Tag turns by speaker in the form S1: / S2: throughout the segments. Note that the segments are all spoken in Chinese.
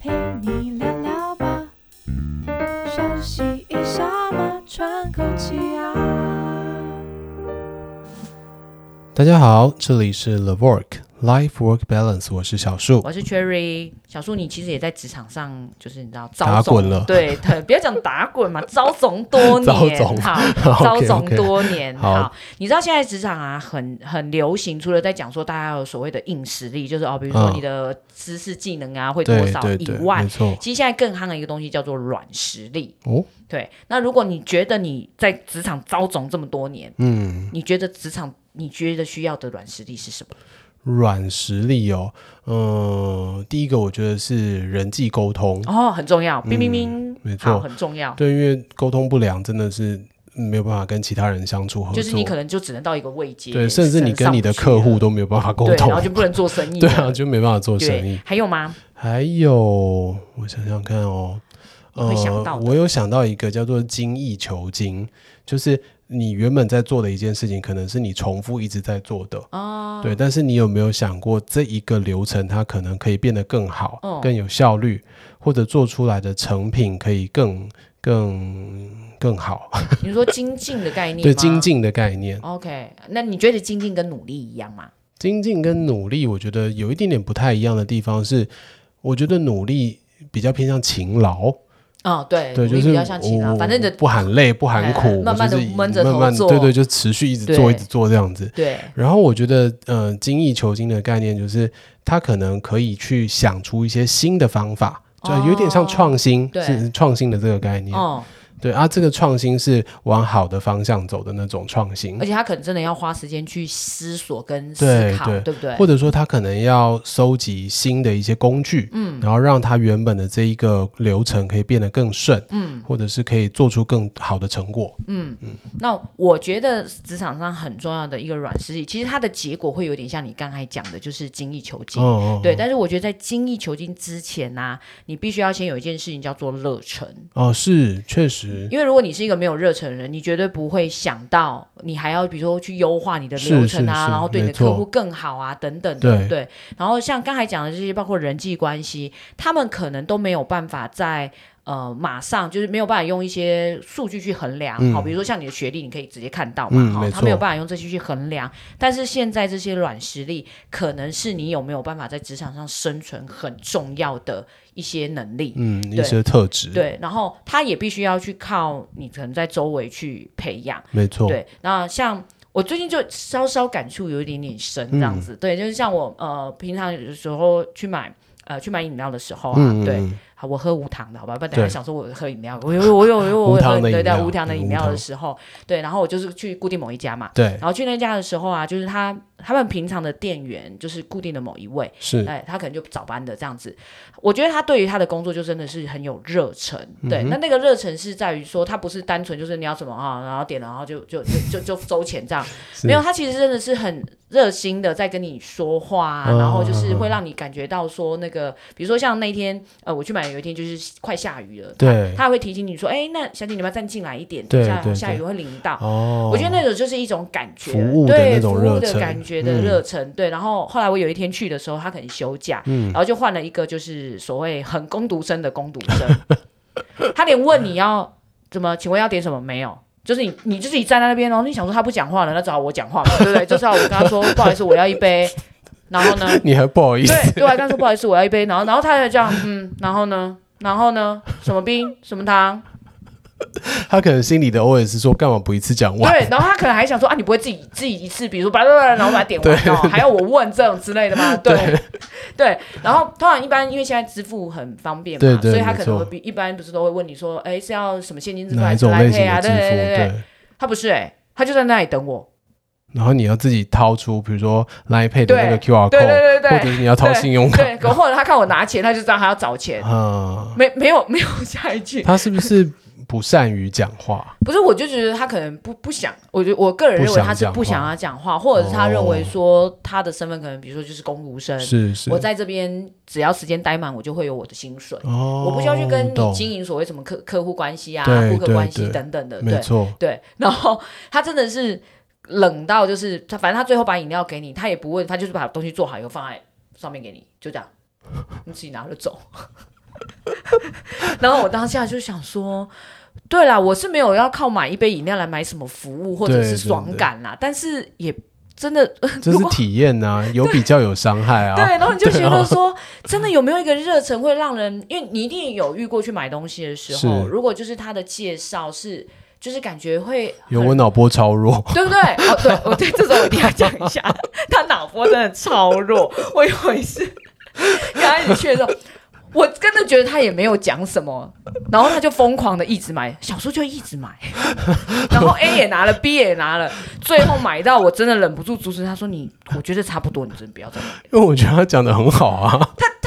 S1: 陪你聊聊吧，休息一下嘛，喘口气啊。
S2: 大家好，这里是 The Work Life Work Balance，我是小 树。
S3: 我是 Cherry，小树，你其实也在职场上，就是你知道
S2: 打
S3: 遭
S2: 滚
S3: 总
S2: 了
S3: 对， 对不要讲打滚嘛，遭总多
S2: 遭
S3: 年，
S2: 总
S3: 好，遭
S2: OK，OK
S3: 总多年，
S2: 好
S3: 好。你知道现在职场啊，很很流行，除了在讲说大家有所谓的硬实力，就是哦，比如说
S2: 嗯
S3: 你的知识技能啊会多
S2: 对
S3: 少
S2: 对
S3: 以
S2: 对，
S3: 外
S2: 没，错。
S3: 其实现在更夯的一个东西叫做软实力。
S2: 哦，
S3: 对，那如果你觉得你在职场遭总这么多年，
S2: 嗯，
S3: 你觉得职场你觉得需要的软实力是什么？
S2: 软实力哦，嗯、第一个我觉得是人际沟通，
S3: 哦，很重要，冰冰冰，
S2: 嗯没错
S3: 好，很重要。
S2: 对，因为沟通不良真的是没有办法跟其他人相处合作，
S3: 就是你可能就只能到一个位阶，
S2: 对，甚至你跟你的客户都没有办法沟
S3: 啊对，
S2: 通
S3: 然后，就不能做生 意，
S2: 对啊，就没办法做
S3: 对
S2: 生意。
S3: 还有吗？
S2: 还有，我想想看哦，
S3: 你会想到
S2: 呃，
S3: 的
S2: 我有想到一个叫做精益求精，就是你原本在做的一件事情，可能是你重复一直在做的，
S3: 哦，
S2: 对。但是你有没有想过，这一个流程它可能可以变得更好、
S3: 哦
S2: 更有效率，或者做出来的成品可以更、更、更好？
S3: 你说精进的概念，
S2: 对，精。进的概念，
S3: OK，那你觉得精进跟努力一样吗？
S2: 精进跟努力，我觉得有一点点不太一样的地方是，我觉得努力比较偏向勤劳。
S3: 哦，对，
S2: 对，
S3: 努
S2: 就
S3: 力
S2: 是
S3: 比较像勤劳，
S2: 我
S3: 反正你的
S2: 不喊累，不喊
S3: 哎
S2: 苦，
S3: 慢慢
S2: 就
S3: 地
S2: 是
S3: 闷着
S2: 慢
S3: 头
S2: 慢
S3: 做
S2: 对对，就持续一直做，
S3: 对
S2: 一直做这样子。
S3: 对，
S2: 然后我觉得，呃，精益求精的概念就是，他可能可以去想出一些新的方法，就有点像
S3: 哦
S2: 创新，
S3: 对
S2: 是创新的这个概念。
S3: 哦，
S2: 对啊，这个创新是往好的方向走的那种创新
S3: 而，且他可能真的要花时间去思索跟思
S2: 对
S3: 考，
S2: 对
S3: 对不对？
S2: 或者说他可能要收集新的一些工具，嗯，然后让他原本的这一个流程可以变得更顺，嗯，或者是可以做出更好的成果。
S3: 那我觉得职场上很重要的一个软实力，其实它的结果会有点像你刚才讲的，就是精益求精。
S2: 哦，
S3: 对，但是我觉得在精益求精之前呢、你必须要先有一件事情叫做热忱。
S2: 哦，是，确实
S3: 因为如果你是一个没有热忱的人，你绝对不会想到你还要比如说去优化你的流程啊，
S2: 是是是
S3: 然后对你的
S2: 没错
S3: 客户更好啊等等的，
S2: 对
S3: 对然后像刚才讲的这些，包括人际关系，他们可能都没有办法在。呃，马上就是没有办法用一些数据去衡量，
S2: 嗯
S3: 好，比如说像你的学历，你可以直接看到
S2: 嗯
S3: 嘛，好、
S2: 没
S3: 他没有
S2: 错
S3: 办法用这些去衡量。但是现在这些软实力，可能是你有没有办法在职场上生存很重要的一些能力。
S2: 嗯，一
S3: 对
S2: 些特质，，
S3: 对，然后他也必须要去靠你可能在周围去培养。
S2: 没错，
S3: 对，那像我最近就稍稍感触有一点点深这
S2: 嗯
S3: 样子。对，就是像我呃平常有时候去买呃去买饮料的时候啊，
S2: 嗯，
S3: 对，
S2: 嗯，
S3: 好，我喝无糖的，好吧？不然等一
S2: 对
S3: 下想说我喝饮料，我有我有我有我
S2: 无
S3: 有
S2: 糖
S3: 喝
S2: 的饮
S3: 对对
S2: 料
S3: 无糖的
S2: 嗯
S3: 饮
S2: 无
S3: 料
S2: 糖
S3: 的时候，对，然后我就是去固定某一家嘛。
S2: 对，
S3: 然后去那家的时候啊，就是他他们平常的店员就是固定的某一位，
S2: 是，
S3: 哎，他可能就早班的这样子。我觉得他对于他的工作就真的是很有热忱，
S2: 嗯
S3: 对。那那个热忱是在于说，他不是单纯就是你要什么啊，然后点了，然后就就就就就收钱这样，
S2: 是
S3: 没有，他其实真的是很热心的在跟你说话啊、
S2: 嗯
S3: 然后就是会让你感觉到说那个，比如说像那天呃，我去买有一天就是快下雨了，
S2: 对
S3: 他还会提醒你说，哎，那小姐你要不要站进来一点，
S2: 对
S3: 等一下
S2: 对
S3: 下雨
S2: 对
S3: 会淋到。
S2: 哦，
S3: 我觉得那种就是一种感觉，
S2: 服务的
S3: 对
S2: 那种
S3: 服务
S2: 热
S3: 的
S2: 忱嗯
S3: 感觉的热忱，对。然后后来我有一天去的时候，他可能休假，然后就换了一个就是所谓很工读生的工读生， 他连问你要怎么，请问要点什么没有？就是你，你自己站在那边哦，你想说他不讲话了，那只好我讲话嘛，对不对？就是要我跟他说，不好意思，我要一杯，然后 呢，
S2: 你还不好意思，
S3: 对，对我还跟他说不好意思，我要一杯，然后然后他还这样，嗯，然后呢，然后呢，什么冰，什么糖，
S2: 他可能心里的 OS 说，干嘛不一次讲完？
S3: 对，然后他可能还想说啊，你不会自己自己一次，比如说叭叭叭，然后把它点完哦，还要我问这种之类的 吗？对对，然后通常一般因为现在支付很方便嘛，
S2: 对对
S3: 所以他可
S2: 没
S3: 能
S2: 错
S3: 会比一般不是都会问你说，哎，是要什么现金支付
S2: 哪
S3: 还
S2: 一
S3: 是
S2: 种
S3: 来
S2: 类型
S3: 配啊？
S2: 的支
S3: 对
S2: 付？
S3: 对对对，他不是哎、他就在那里等我，
S2: 然后你要自己掏出，比如说 Line Pay 的那个
S3: 对
S2: QR
S3: 对对
S2: code，
S3: 对对
S2: 或者是你要掏信用卡，
S3: 对，可或者他看我拿钱，他就知道他要找钱，
S2: 啊，
S3: 没没有没有下一句，
S2: 他是不是不善于讲话？
S3: 不是，我就觉得他可能不不想，我觉我个人认为他是不想要讲话，或者是他认为
S2: 哦
S3: 说他的身份可能比如说就是公读生，
S2: 是是
S3: 呃我，在这边只要时间待满，我就会有我的薪水，
S2: 哦，
S3: 我不需要去跟你
S2: 懂
S3: 经营所谓什么客客户关系啊、
S2: 对
S3: 顾客
S2: 对
S3: 关系
S2: 对
S3: 等等的，
S2: 没
S3: 对
S2: 错，
S3: 对。然后他真的是冷到， 就是他反正他最后把饮料给你，他也不问，他就是把东西做好以后放在上面给你，就这样。你自己拿着走。 然后我当下就想说，对啦，我是没有要靠买一杯饮料来买什么服务或者是
S2: 对
S3: 爽感啦，但是也真的，
S2: 这
S3: 如
S2: 是
S3: 果
S2: 体验呐、有比较有伤害啊。
S3: 对，然后你就觉得说，真的有没有一个热忱会让人，因为你一定有遇过去买东西的时候，
S2: 是
S3: 如果就是他的介绍是，就是感觉会
S2: 有
S3: 很
S2: 我脑波超弱，
S3: 对不对？哦，对，我对这种我一定要讲一下， 他脑波真的超弱。我有一次刚开始去的时候，我真的觉得他也没有讲什么，然后他就疯狂的一直买，小时候就一直买， 然后 A 也拿了，B 也拿了，最后买到我真的忍不住阻止他说：“你，我觉得差不多，你真的不要再买。
S2: 因为我觉得他讲的很好啊。”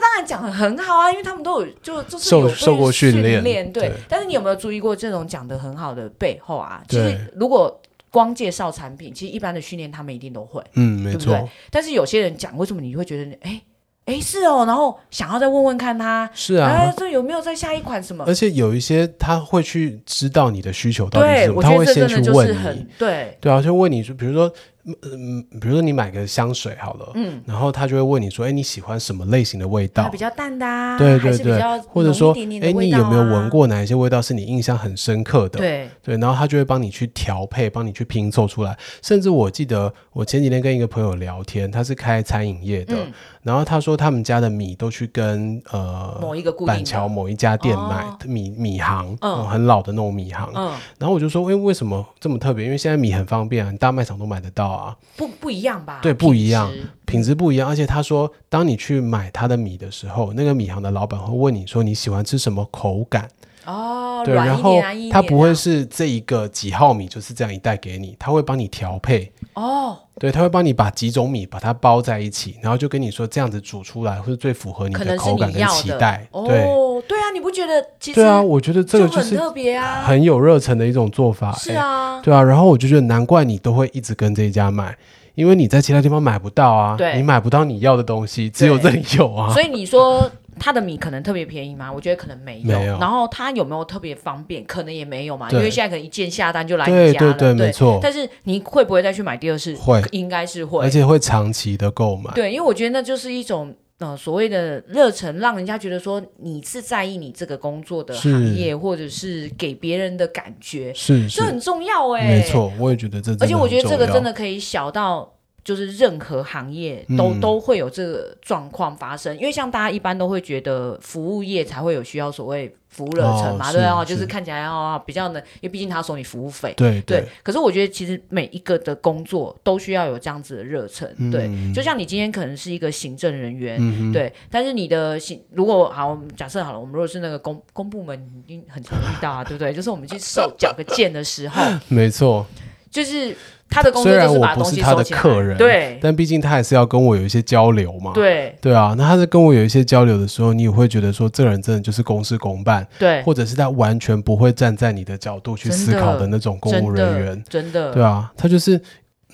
S3: 当然讲的很好啊，因为他们都有就就是
S2: 受
S3: 有被
S2: 受过训
S3: 训
S2: 练
S3: 对。
S2: 对
S3: 但是你有没有注意过这种讲的很好的背后啊？其
S2: 对
S3: 实如果光介绍产品，其实一般的训练他们一定都会。
S2: 嗯，没
S3: 对不对
S2: 错，？
S3: 但是有些人讲，为什么你会觉得，哎哎是哦，然后想要再问问看他，
S2: 是
S3: 哎
S2: 啊。
S3: 这有没有在下一款什么
S2: 而？且有一些他会去知道你的需求呃到底是
S3: 对，
S2: 什么，
S3: 我
S2: 他
S3: 觉
S2: 会
S3: 得这
S2: 先
S3: 真的
S2: 去
S3: 就是
S2: 问
S3: 很
S2: 你。
S3: 对，
S2: 对啊，就问你说，比如说，嗯，嗯比如说你买个香水好了，嗯，然后他就会问你说，哎，你喜欢什么类型的味
S3: 它
S2: 道
S3: 比？较淡的啊，
S2: 对
S3: 还
S2: 对
S3: 是比较
S2: 对，或者
S3: 浓一
S2: 说
S3: 点点，的
S2: 哎，
S3: 味
S2: 你
S3: 道
S2: 有没有
S3: 啊
S2: 闻？过哪一些味道是你印象很深刻的？
S3: 对，
S2: 对，然后他就会帮你去调配，帮你去拼凑出来。甚至我记得我前几天跟一个朋友聊天，他是开餐饮业的，
S3: 嗯
S2: 然后他说他们家的米都去跟呃
S3: 某一个固定
S2: 板
S3: 的，
S2: 桥某一家店买、
S3: 哦
S2: 米米行，
S3: 嗯
S2: 哦很老的那种米行。
S3: 嗯，
S2: 然后我就说，哎，为什么这么特别？因为现在米很方便啊，你大卖场都买得到啊，
S3: 不不一样吧？
S2: 对不一样
S3: 啊品质
S2: 品质不一样。而且他说，当你去买他的米的时候，那个米行的老板会问你说你喜欢吃什么口感。
S3: 哦，
S2: 对，
S3: 软
S2: 然
S3: 一
S2: 后
S3: 点啊一
S2: 它
S3: 点
S2: 不会
S3: 啊
S2: 是这一个几号米就是这样一袋给你，它会帮你调配，
S3: 哦，
S2: 对，它会帮你把几种米把它包在一起，然后就跟你说这样子煮出来会最符合你
S3: 可
S2: 的
S3: 能是
S2: 口感
S3: 你
S2: 跟
S3: 要
S2: 期
S3: 的
S2: 待，，对。
S3: 哦，对啊，你不觉得其实
S2: 对啊，我觉得这个就
S3: 很
S2: 是
S3: 特别啊？
S2: 很有热忱的一种做法。
S3: 是
S2: 哎，
S3: 啊，
S2: 对啊，然后我就觉得难怪你都会一直跟这一家买，因为你在其他地方买不到啊，
S3: 对
S2: 你买不到你要的东西，只有这
S3: 对
S2: 里有啊
S3: 所。以你说它的米可能特别便宜吗？我觉得可能没有。
S2: 没有
S3: 然后它有没有特别方便？可能也没有嘛，因
S2: 对
S3: 为现在可能一键下单就来
S2: 对
S3: 你家
S2: 对
S3: 了。
S2: 对，没错，
S3: 但是你会不会再去买第二次？
S2: 会
S3: 应该是会。
S2: 而且会长期的购买。
S3: 对，因为我觉得那就是一种。呃，所谓的热忱，让人家觉得说你是在意你这个工作的
S2: 是
S3: 行业，或者是给别人的感觉，
S2: 是是，
S3: 这很重要哎、
S2: 没错，我也觉得这真的
S3: 而且我
S2: 很
S3: 觉得这个
S2: 重要
S3: 真的可以小到，就是任何行业都、
S2: 嗯
S3: 都会有这个状况发生，因为像大家一般都会觉得服务业才会有需要所谓服务热忱嘛，
S2: 哦
S3: 对啊，
S2: 是
S3: 就是
S2: 是
S3: 看起来啊比较能，因为毕竟他要收你服务费。
S2: 对
S3: 对，可是我觉得其实每一个的工作都需要有这样子的热忱，对，
S2: 嗯
S3: 就像你今天可能是一个行政人员，
S2: 嗯哼，
S3: 对，但是你的行，如果好，我们假设好了，我们如果是那个公公部门，已经很常遇到啊，对不对？就是我们去收 缴个件的时候，
S2: 没错。
S3: 就是他的工作
S2: 虽然
S3: 就是把
S2: 我
S3: 东
S2: 不
S3: 西
S2: 是他
S3: 收
S2: 的
S3: 起来。
S2: 客人，，
S3: 对
S2: 但毕竟他还是要跟我有一些交流嘛。。
S3: 对
S2: 对啊，那他在跟我有一些交流的时候，你也会觉得说，这个人真的就是公事公办，
S3: 对，
S2: 或者是他完全不会站在你的角度去
S3: 真
S2: 思
S3: 的
S2: 考的那种公务
S3: 真的
S2: 人员。
S3: 真的
S2: 对啊，他就是，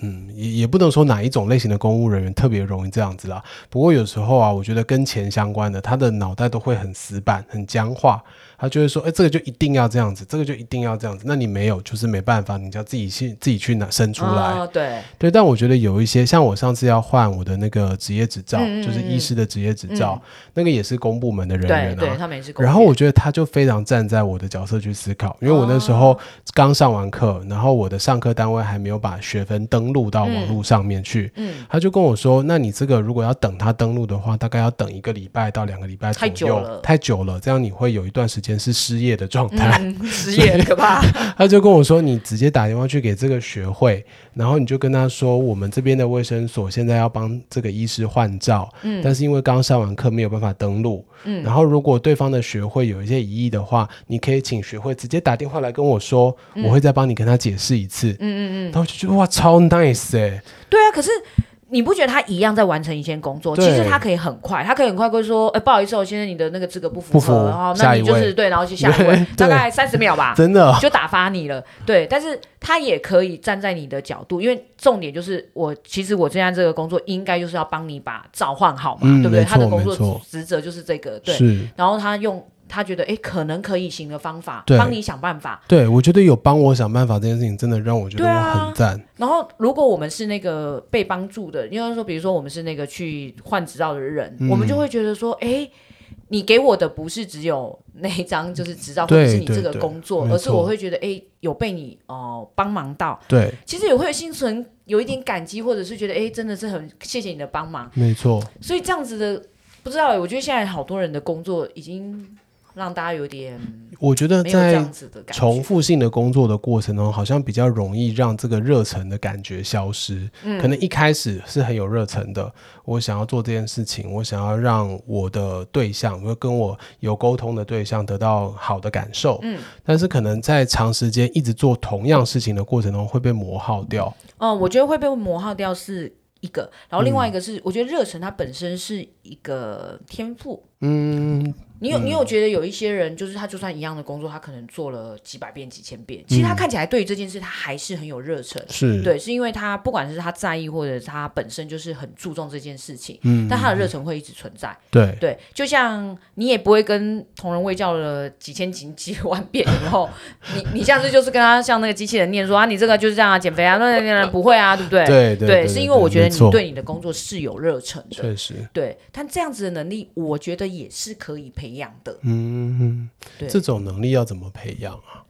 S2: 嗯，也也不能说哪一种类型的公务人员特别容易这样子啦。不过有时候啊，我觉得跟钱相关的，他的脑袋都会很死板、很僵化，他就会说，哎、这个就一定要这样子，这个就一定要这样子。那你没有，就是没办法，你就要自己去自己去拿生出来。
S3: 哦对，
S2: 对，但我觉得有一些，像我上次要换我的那个职业执照，
S3: 嗯嗯
S2: 就是医师的职业执照，那个也是公部门的人
S3: 对
S2: 员
S3: 对，
S2: 啊。
S3: 他们也是公务员。
S2: 然后我觉得他就非常站在我的角色去思考，因为我那时
S3: 哦
S2: 候刚上完课，然后我的上课单位还没有把学分登录到网络上面去，
S3: 嗯，
S2: 他就跟我说：“那你这个如果要等他登录的话，大概要等一个礼拜到两个礼拜左
S3: 太
S2: 右，
S3: 久了
S2: 太久了，这样你会有一段时间是失业的状态。
S3: 嗯，失业很 可怕。
S2: 他就跟我说，你直接打电话去给这个学会，然后你就跟他说，我们这边的卫生所现在要帮这个医师换照，
S3: 嗯
S2: 但是因为刚上完课没有办法登录，
S3: 嗯
S2: 然后如果对方的学会有一些疑义的话，你可以请学会直接打电话来跟我说，我会再帮你跟他解释一次。
S3: 嗯嗯嗯嗯，
S2: 然后我就觉得哇，超 nice 哎、
S3: 对啊，可是。你不觉得他一样在完成一件工作？其
S2: 对
S3: 实他可以很快，他可以很快会说：“哎、不好意思哦，先生，你的那个资格不符
S2: 不符
S3: 合，哦，那
S2: 下
S3: 你
S2: 一
S3: 就
S2: 位，
S3: 是对，然后就下一位 大
S2: 对
S3: 概三十秒吧。”
S2: 真的
S3: 就打发你了。对，但是他也可以站在你的角度，因为重点就是我，其实我现在这个工作应该就是要帮你把召唤好嘛，
S2: 嗯
S3: 对不对？
S2: 没错
S3: 他的工作
S2: 没错
S3: 职责就是这个，对。
S2: 是
S3: 然后他用他觉得哎可能可以行的方法，
S2: 对
S3: 帮你想办法。
S2: 对，我觉得有帮我想办法这件事情，真的让我觉得
S3: 对
S2: 我
S3: 啊
S2: 很赞。
S3: 然后如果我们是那个被帮助的，因为说比如说我们是那个去换执照的人，
S2: 嗯
S3: 我们就会觉得说，哎。你给我的不是只有那一张就是执照，或
S2: 对
S3: 者是你这个
S2: 对对
S3: 工作，
S2: 没
S3: 而是我
S2: 错
S3: 会觉得，哎，有被你哦帮忙到，
S2: 对，
S3: 其实也会心存有一点感激，或者是觉得，哎，真的是很谢谢你的帮忙。
S2: 没错，
S3: 所以这样子的，不知道哎，我觉得现在好多人的工作已经让大家有点
S2: 我觉得
S3: 没有这
S2: 在
S3: 样子的感觉。
S2: 重复性的工作的过程中，好像比较容易让这个热忱的感觉消失。
S3: 嗯
S2: 可能一开始是很有热忱的，我想要做这件事情，我想要让我的对象，我跟我有沟通的对象得到好的感受。
S3: 嗯，
S2: 但是可能在长时间一直做同样事情的过程中，会被磨耗掉。
S3: 嗯，我觉得会被磨耗掉是一个，然后另外一个是，我觉得热忱它本身是一个天赋。
S2: 嗯，
S3: 你有你有觉得有一些人，就是他就算一样的工作，他可能做了几百遍、几千遍，其
S2: 嗯
S3: 实他看起来对于这件事他还是很有热忱。
S2: 是，
S3: 对，是因为他不管是他在意，或者他本身就是很注重这件事情，嗯，但他的热忱会一直存在。
S2: 对，
S3: 对，就像你也不会跟同人喂教了几千几几 万遍以后，你你下次就是跟他像那个机器人念说啊，你这个就是这样啊，减肥啊，那那那那不会啊，对不对？
S2: 对，对，对
S3: 是因为我觉得
S2: 没错
S3: 你对你的工作是有热忱的，
S2: 确实，
S3: 对，但这样子的能力，我觉得也是可以培养的，
S2: 嗯，
S3: 对
S2: 这种能力要怎么培养啊？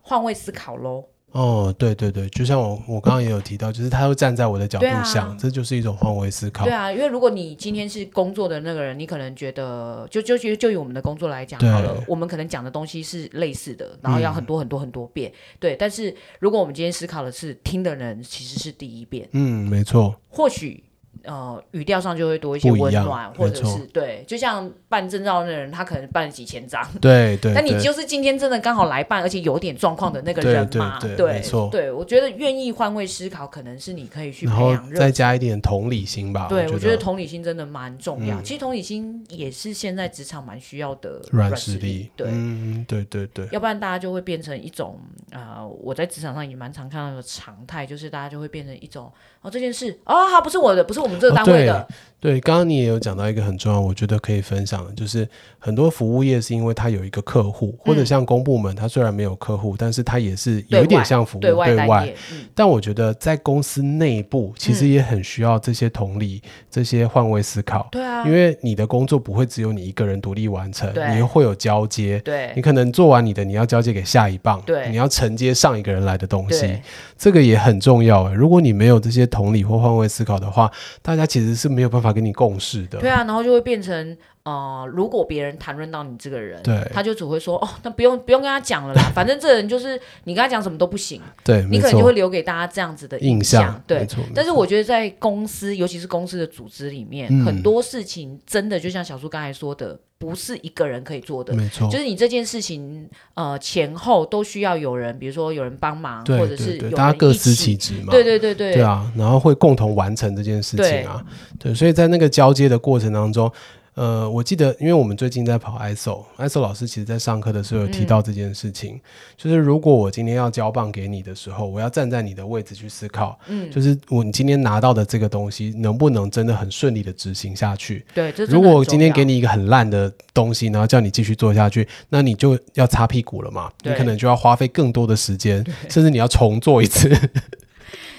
S3: 换位思考喽。
S2: 哦，对对对，就像我我刚刚也有提到，就是他会站在我的角度
S3: 对啊
S2: 想，这就是一种换位思考
S3: 对。啊，因为如果你今天是工作的那个人，你可能觉得就就就就以我们的工作来讲
S2: 对嗯
S3: 好了，我们可能讲的东西是类似的，然后要很多很多很多遍，对。但是如果我们今天思考的是听的人其实是第一遍，
S2: 嗯，没错，
S3: 或许。呃，语调上就会多一些
S2: 不一
S3: 温
S2: 样
S3: 暖，或者
S2: 没错
S3: 是对，就像办证照的人，他可能办了几千张，
S2: 对对。
S3: 但你
S2: 对
S3: 就是今天真的刚好来办，而且有点状况的那个
S2: 对
S3: 人
S2: 对
S3: 嘛，
S2: 对没
S3: 对
S2: 错
S3: 对，我觉得愿意换位思考，可能是你可以去
S2: 然
S3: 培
S2: 后
S3: 养热
S2: 再加一点同理心吧。
S3: 对，
S2: 我嗯
S3: 我觉得同理心真的蛮重要。其实同理心也是现在职场蛮需要的
S2: 软
S3: 实
S2: 实力，
S3: 对。
S2: 嗯，对对对，
S3: 要不然大家就会变成一种，呃，我在职场上也蛮常看到的常态，就是大家就会变成一种，哦，这件事，哦，它不是我的，不是我们这个
S2: 哦
S3: 单位的，
S2: 对。刚刚你也有讲到一个很重要，我觉得可以分享的，就是很多服务业是因为它有一个客户，或者
S3: 嗯
S2: 像公部门，它虽然没有客户，但是它也是有一点
S3: 外
S2: 像服务
S3: 对外
S2: 对
S3: 单
S2: 外，
S3: 业，嗯，
S2: 但我觉得在公司内部，其实也很需要这些同理、这些换位思考，
S3: 对啊
S2: 因，为你的工作不会只有你一个人独立完成，
S3: 对
S2: 你会有交接。你
S3: 对
S2: 可能做完你的，你要交接给下一棒，
S3: 对
S2: 你要承接上一个人来的东西
S3: 对，，
S2: 这个也很重要诶。如果你没有这些同理或换位思考的话，大家其实是没有办法跟你共事的。
S3: 对啊，然后就会变成，呃，如果别人谈论到你这个人，
S2: 对
S3: 他就只会说，哦，那不用不用跟他讲了啦，反正这人就是你跟他讲什么都不行，
S2: 对，
S3: 你
S2: 没
S3: 可能就会
S2: 错，
S3: 留给大家这样子的
S2: 印
S3: 象，
S2: 没
S3: 对。
S2: 错。没
S3: 但是
S2: 错
S3: 我觉得在公司，尤其是公司的组织里面，
S2: 嗯
S3: 很多事情真的就像小叔刚才说的，不是一个人可以做的。
S2: 没错，
S3: 就是你这件事情，呃，前后都需要有人，比如说有人帮忙，
S2: 对
S3: 或
S2: 对
S3: 者是有
S2: 对，
S3: 人
S2: 大家各
S3: 一
S2: 司
S3: 起
S2: 其。职嘛。
S3: 对对对对
S2: 对啊，然后会共同完成这件事情啊，对，所以在那个交接的过程当中，呃，我记得，因为我们最近在跑 ISO，ISO 老师其实在上课的时候有提到这件事
S3: 嗯
S2: 情，就是如果我今天要交棒给你的时候，我要站在你的位置去思考，
S3: 嗯
S2: 就是我你今天拿到的这个东西能不能真的很顺利的执行下去。
S3: 对这真的
S2: 如果我
S3: 很
S2: 今天
S3: 重
S2: 给
S3: 要
S2: 你一个很烂的东西，然后叫你继续做下去，那你就要擦屁股了嘛，你
S3: 对
S2: 可能就要花费更多的时间，甚至你要重做一次。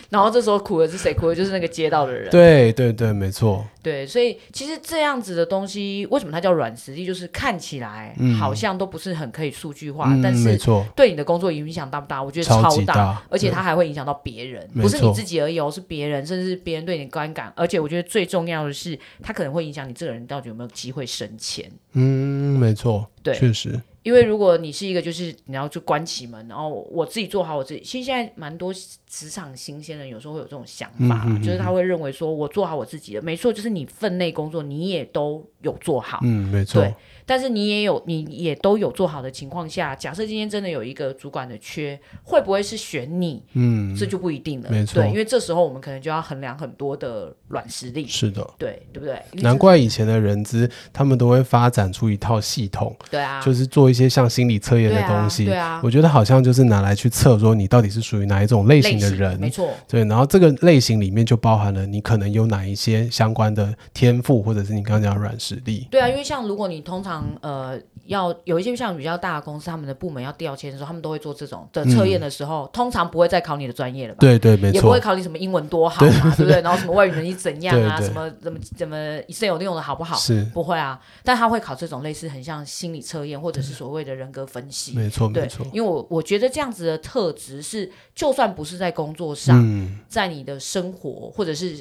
S3: 然后这时候苦的是谁？苦的就是那个接到的人。
S2: 对对对，没错。
S3: 对，所以其实这样子的东西，为什么它叫软实力？就是看起来好像都不是很可以数据化，
S2: 嗯，
S3: 但
S2: 没
S3: 是
S2: 错，
S3: 对你的工作影响大不大？我觉得
S2: 超
S3: 超
S2: 级大
S3: 而且
S2: 对
S3: 它还会影响到别人，
S2: 没
S3: 不是你
S2: 错
S3: 自己而已哦，是别人，甚至是别人对你的观感。而且我觉得最重要的是，它可能会影响你这个人到底有没有机会升迁。
S2: 嗯，没错，
S3: 对
S2: 确实，
S3: 因为如果你是一个就是你要就关起门，然后我我自己做好我自己，其实现在蛮多职场新鲜人有时候会有这种想法，
S2: 嗯嗯嗯
S3: 就是他会认为说我做好我自己的，没错，就是你分内工作你也都有做好，
S2: 嗯，没错，
S3: 对但是你也有，你也都有做好的情况下，假设今天真的有一个主管的缺，会不会是选你？
S2: 嗯，
S3: 这就不一定了。
S2: 没错
S3: 对，因为这时候我们可能就要衡量很多的软实力，
S2: 是的。
S3: 对对不对？因为
S2: 难怪以前的人资，他们都会发展出一套系统，
S3: 这对啊，
S2: 就是是做一些像心理测验的东西。
S3: 对啊，
S2: 我觉得好像就是拿来去测说你到底是属于哪一种类
S3: 类
S2: 型的人，
S3: 没错，
S2: 对，然后这个类型里面就包含了你可能有哪一些相关的天赋，或者是你刚刚讲的软实力。
S3: 对啊，因为像如果你通常呃要有一些像比较大的公司，他们的部门要调迁的时候，他们都会做这种的测验的时候，通常不会再考你的专业了吧？
S2: 对嗯对，没
S3: 呃也不
S2: 错
S3: 会，考你什么英文多好嘛，对不 对？然后什么外语能力怎样啊，
S2: 对对
S3: 什么怎么怎么 Excel 用的好不好？
S2: 是
S3: 不会啊，但他会考这种类似很像心理测验或者是所谓的人格分析。
S2: 没错没
S3: 对
S2: 错，，
S3: 因为我我觉得这样子的特质是，就算不是在工作上，
S2: 嗯，
S3: 在你的生活或者是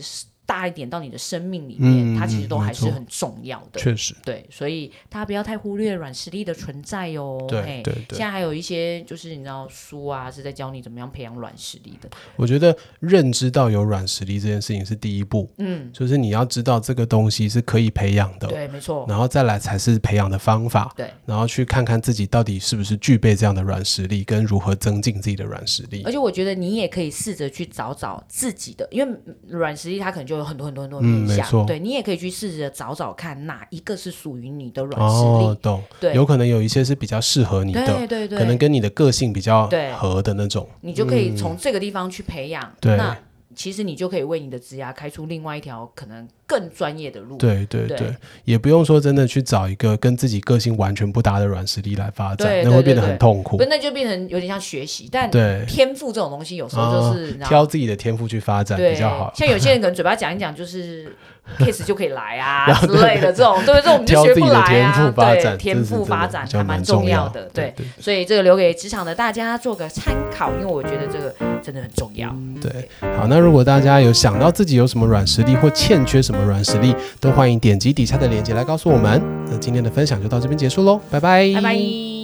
S3: 大一点到你的生命里
S2: 嗯
S3: 面，它其实都还是
S2: 没错
S3: 很重要的。
S2: 确实，
S3: 对，所以大家不要太忽略软实力的存在哦。
S2: 对
S3: 嘿
S2: 对
S3: 现
S2: 对，
S3: 在还有一些就是你知道书啊，是在教你怎么样培养软实力的。
S2: 我觉得认知到有软实力这件事情是第一步，
S3: 嗯，
S2: 就是你要知道这个东西是可以培养的，
S3: 对，没错，
S2: 然后再来才是培养的方法，
S3: 对。
S2: 然后去看看自己到底是不是具备这样的软实力，跟如何增进自己的软实力
S3: 而。且我觉得你也可以试着去找找自己的，因为软实力它可能就有很多很多很多面
S2: 嗯没
S3: 向，
S2: 错
S3: 对你也可以去试着找找看哪一个是属于你的软实力，
S2: 哦，懂，
S3: 对
S2: 有可能有一些是比较适合你
S3: 对
S2: 的，
S3: 对对，
S2: 可能跟你的个性比较
S3: 对
S2: 合的那种。
S3: 你就可以从这个地方去培养，
S2: 嗯对
S3: 那其实你就可以为你的职涯开出另外一条可能更专业的路，
S2: 对对
S3: 对
S2: 对，也不用说真的去找一个跟自己个性完全不搭的软实力来发
S3: 对
S2: 展，那
S3: 对
S2: 会变
S3: 对
S2: 得
S3: 对
S2: 很痛苦
S3: 不。是那就变成有点像学习，但
S2: 对，哦
S3: 天赋这种东西有时候就是、你知道
S2: 挑自己的天赋去发展
S3: 对，
S2: 比较好。
S3: 像有些人可能嘴巴讲一讲，就是 case 就可以来啊之类的这种，对，这种我们就
S2: 挑
S3: 学
S2: 自
S3: 不
S2: 己的
S3: 来
S2: 天
S3: 啊
S2: 赋。发
S3: 对，
S2: 展，
S3: 天
S2: 这是
S3: 赋
S2: 真的
S3: 发展
S2: 比较
S3: 还蛮
S2: 蛮
S3: 重
S2: 要
S3: 的，
S2: 对
S3: 对。所以这个留给职场的大家做个参考，因为我觉得这个真的很重要。
S2: 对。好，那如果大家有想到自己有什么软实力或欠缺什么软实力，都欢迎点击底下的链接来告诉我们。那今天的分享就到这边结束喽，拜拜，
S3: 拜拜。